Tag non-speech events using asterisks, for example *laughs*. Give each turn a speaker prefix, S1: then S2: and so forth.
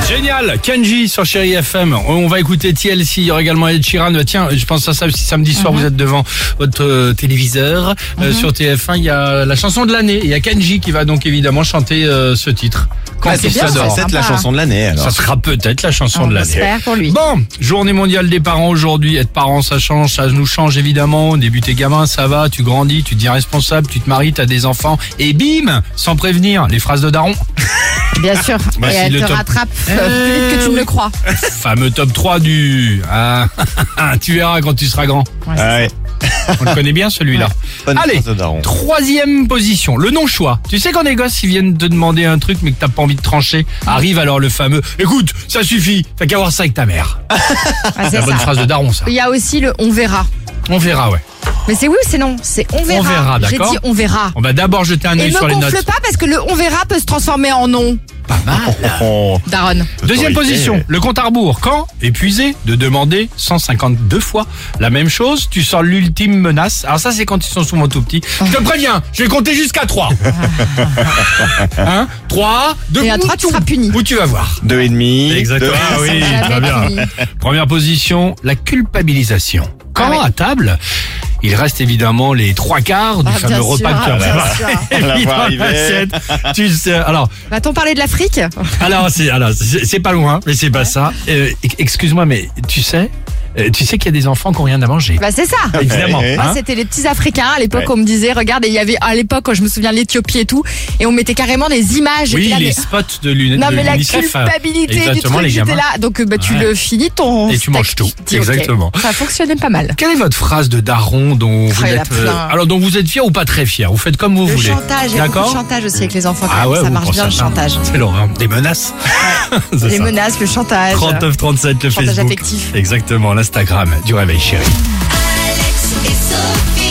S1: Pascal, Kenji sur Chéri FM. On va écouter TLC. Il y aura également Ed Sheeran. Bah, Tiens, je pense à ça si samedi soir
S2: Mhm.
S1: vous êtes devant votre euh, téléviseur euh, sur TF1. Il y a la chanson de l'année. Il y a Kenji qui va donc évidemment chanter euh, ce titre. Quand
S2: Ah,
S1: il
S2: c'est Ah, bah, bien, ça
S1: s'adore.
S2: va être la
S3: Sympa.
S2: chanson de l'année alors.
S1: Ça sera peut-être la chanson
S3: Ah, On
S1: de l'année.
S3: l'espère pour lui.
S1: Bon, journée mondiale des parents aujourd'hui. Être parent, ça change, ça nous change évidemment. Au début, t'es gamin, ça va, tu grandis, tu deviens responsable, tu te maries, t'as des enfants. Et bim, sans prévenir, les phrases de Daron.
S3: Bien sûr.
S1: Bah,
S3: et
S1: si
S3: elle
S1: le
S3: te
S1: top-
S3: rattrape euh,
S1: Euh,
S3: plus vite que tu ne
S1: oui. *laughs*
S3: le crois.
S1: Fameux top 3 du... Ah, *laughs* tu verras quand tu seras grand.
S3: Ouais, c'est
S2: Ah ouais.
S1: On le connaît bien celui-là.
S2: Bonne
S1: Allez.
S2: phrase de Daron.
S1: Troisième position, le non-choix. Tu sais quand les gosses ils viennent te demander un truc mais que t'as pas envie de trancher, arrive alors le fameux « Écoute, ça suffit, t'as qu'à voir ça avec ta mère
S3: ça. Ah, ».
S1: C'est
S3: c'est
S1: la bonne
S3: ça.
S1: phrase de Daron ça.
S3: Il y a aussi le on verra.
S1: On verra, ouais.
S3: Mais c'est oui ou c'est non C'est on verra.
S1: verra,
S3: J'ai
S1: d'accord.
S3: dit on verra.
S1: On va d'abord jeter un
S3: Et
S1: œil
S3: me
S1: sur les notes.
S3: gonfle pas parce que le on verra peut se transformer en non,
S1: *laughs*
S2: Oh,
S3: Daron.
S1: Deuxième
S2: autorité.
S1: position, le compte à rebours. Quand, épuisé, de demander 152 fois la même chose, tu sens l'ultime menace. Alors ça, c'est quand ils sont souvent tout petits. Je te préviens, je vais compter jusqu'à
S3: *laughs*
S1: Hein 3. 1, 3, 2,
S3: Et à trois, tu seras puni.
S1: Où tu vas voir.
S2: Deux et demi.
S1: Exactement.
S2: deux-
S1: Ah oui,
S3: Ça va
S1: très
S3: jamais
S1: bien.
S3: finir.
S1: Première position, la culpabilisation. Quand,
S3: Ah ouais.
S1: à table, il reste évidemment les trois quarts du
S3: Ah,
S1: fameux
S3: bien
S1: repas
S3: sûr,
S1: que tu as *laughs*
S3: bien
S1: préparé.
S3: sûr.
S2: On la voit
S1: Dans
S2: arriver.
S1: l'assiette. Tu sais, alors,
S3: Va-t-on parler de l'Afrique
S1: Alors, c'est, alors, c'est c'est pas loin, mais c'est pas ça. Euh, e- excuse-moi, mais tu sais, euh, tu sais qu'il y a des enfants qui ont rien à manger.
S3: Bah Ah, c'est ça.
S1: Évidemment.
S2: ouais.
S1: hein.
S3: Moi, c'était les petits Africains. À l'époque,
S2: Ouais.
S3: on me disait, regarde, et il y avait à l'époque, je me souviens, l'Éthiopie et tout, et on mettait carrément des images.
S1: oui,
S3: J'étais là,
S1: les
S3: mais-
S1: spots de lunettes.
S3: Non, mais la
S1: euh,
S3: culpabilité du
S1: Exactement,
S3: truc,
S1: les
S3: j'étais
S1: gamins.
S3: là. Donc, euh, bah, tu
S1: Ouais.
S3: le finis, ton.
S1: Et tu manges tout. Exactement.
S3: Exactement. Ça fonctionnait pas mal.
S1: Quelle est votre phrase de daron dont vous
S3: Oh, il y en a
S1: êtes, euh,
S3: plein.
S1: alors dont vous êtes fier ou pas très fier Vous faites comme vous
S3: Le
S1: voulez.
S3: chantage, il y a beaucoup de
S1: D'accord.
S3: chantage aussi avec les enfants. quand
S1: Ah
S3: même.
S1: ouais,
S3: ça
S1: vous
S3: marche
S1: pensez
S3: bien
S1: à
S3: le chantage.
S1: C'est l'horreur. Des menaces. *laughs* C'est
S3: Les
S1: ça.
S3: menaces, le chantage.
S1: 39 37 le
S3: Chantage
S1: Facebook.
S3: affectif.
S1: Exactement, l'Instagram du réveil chéri.
S4: Alex et Sophie.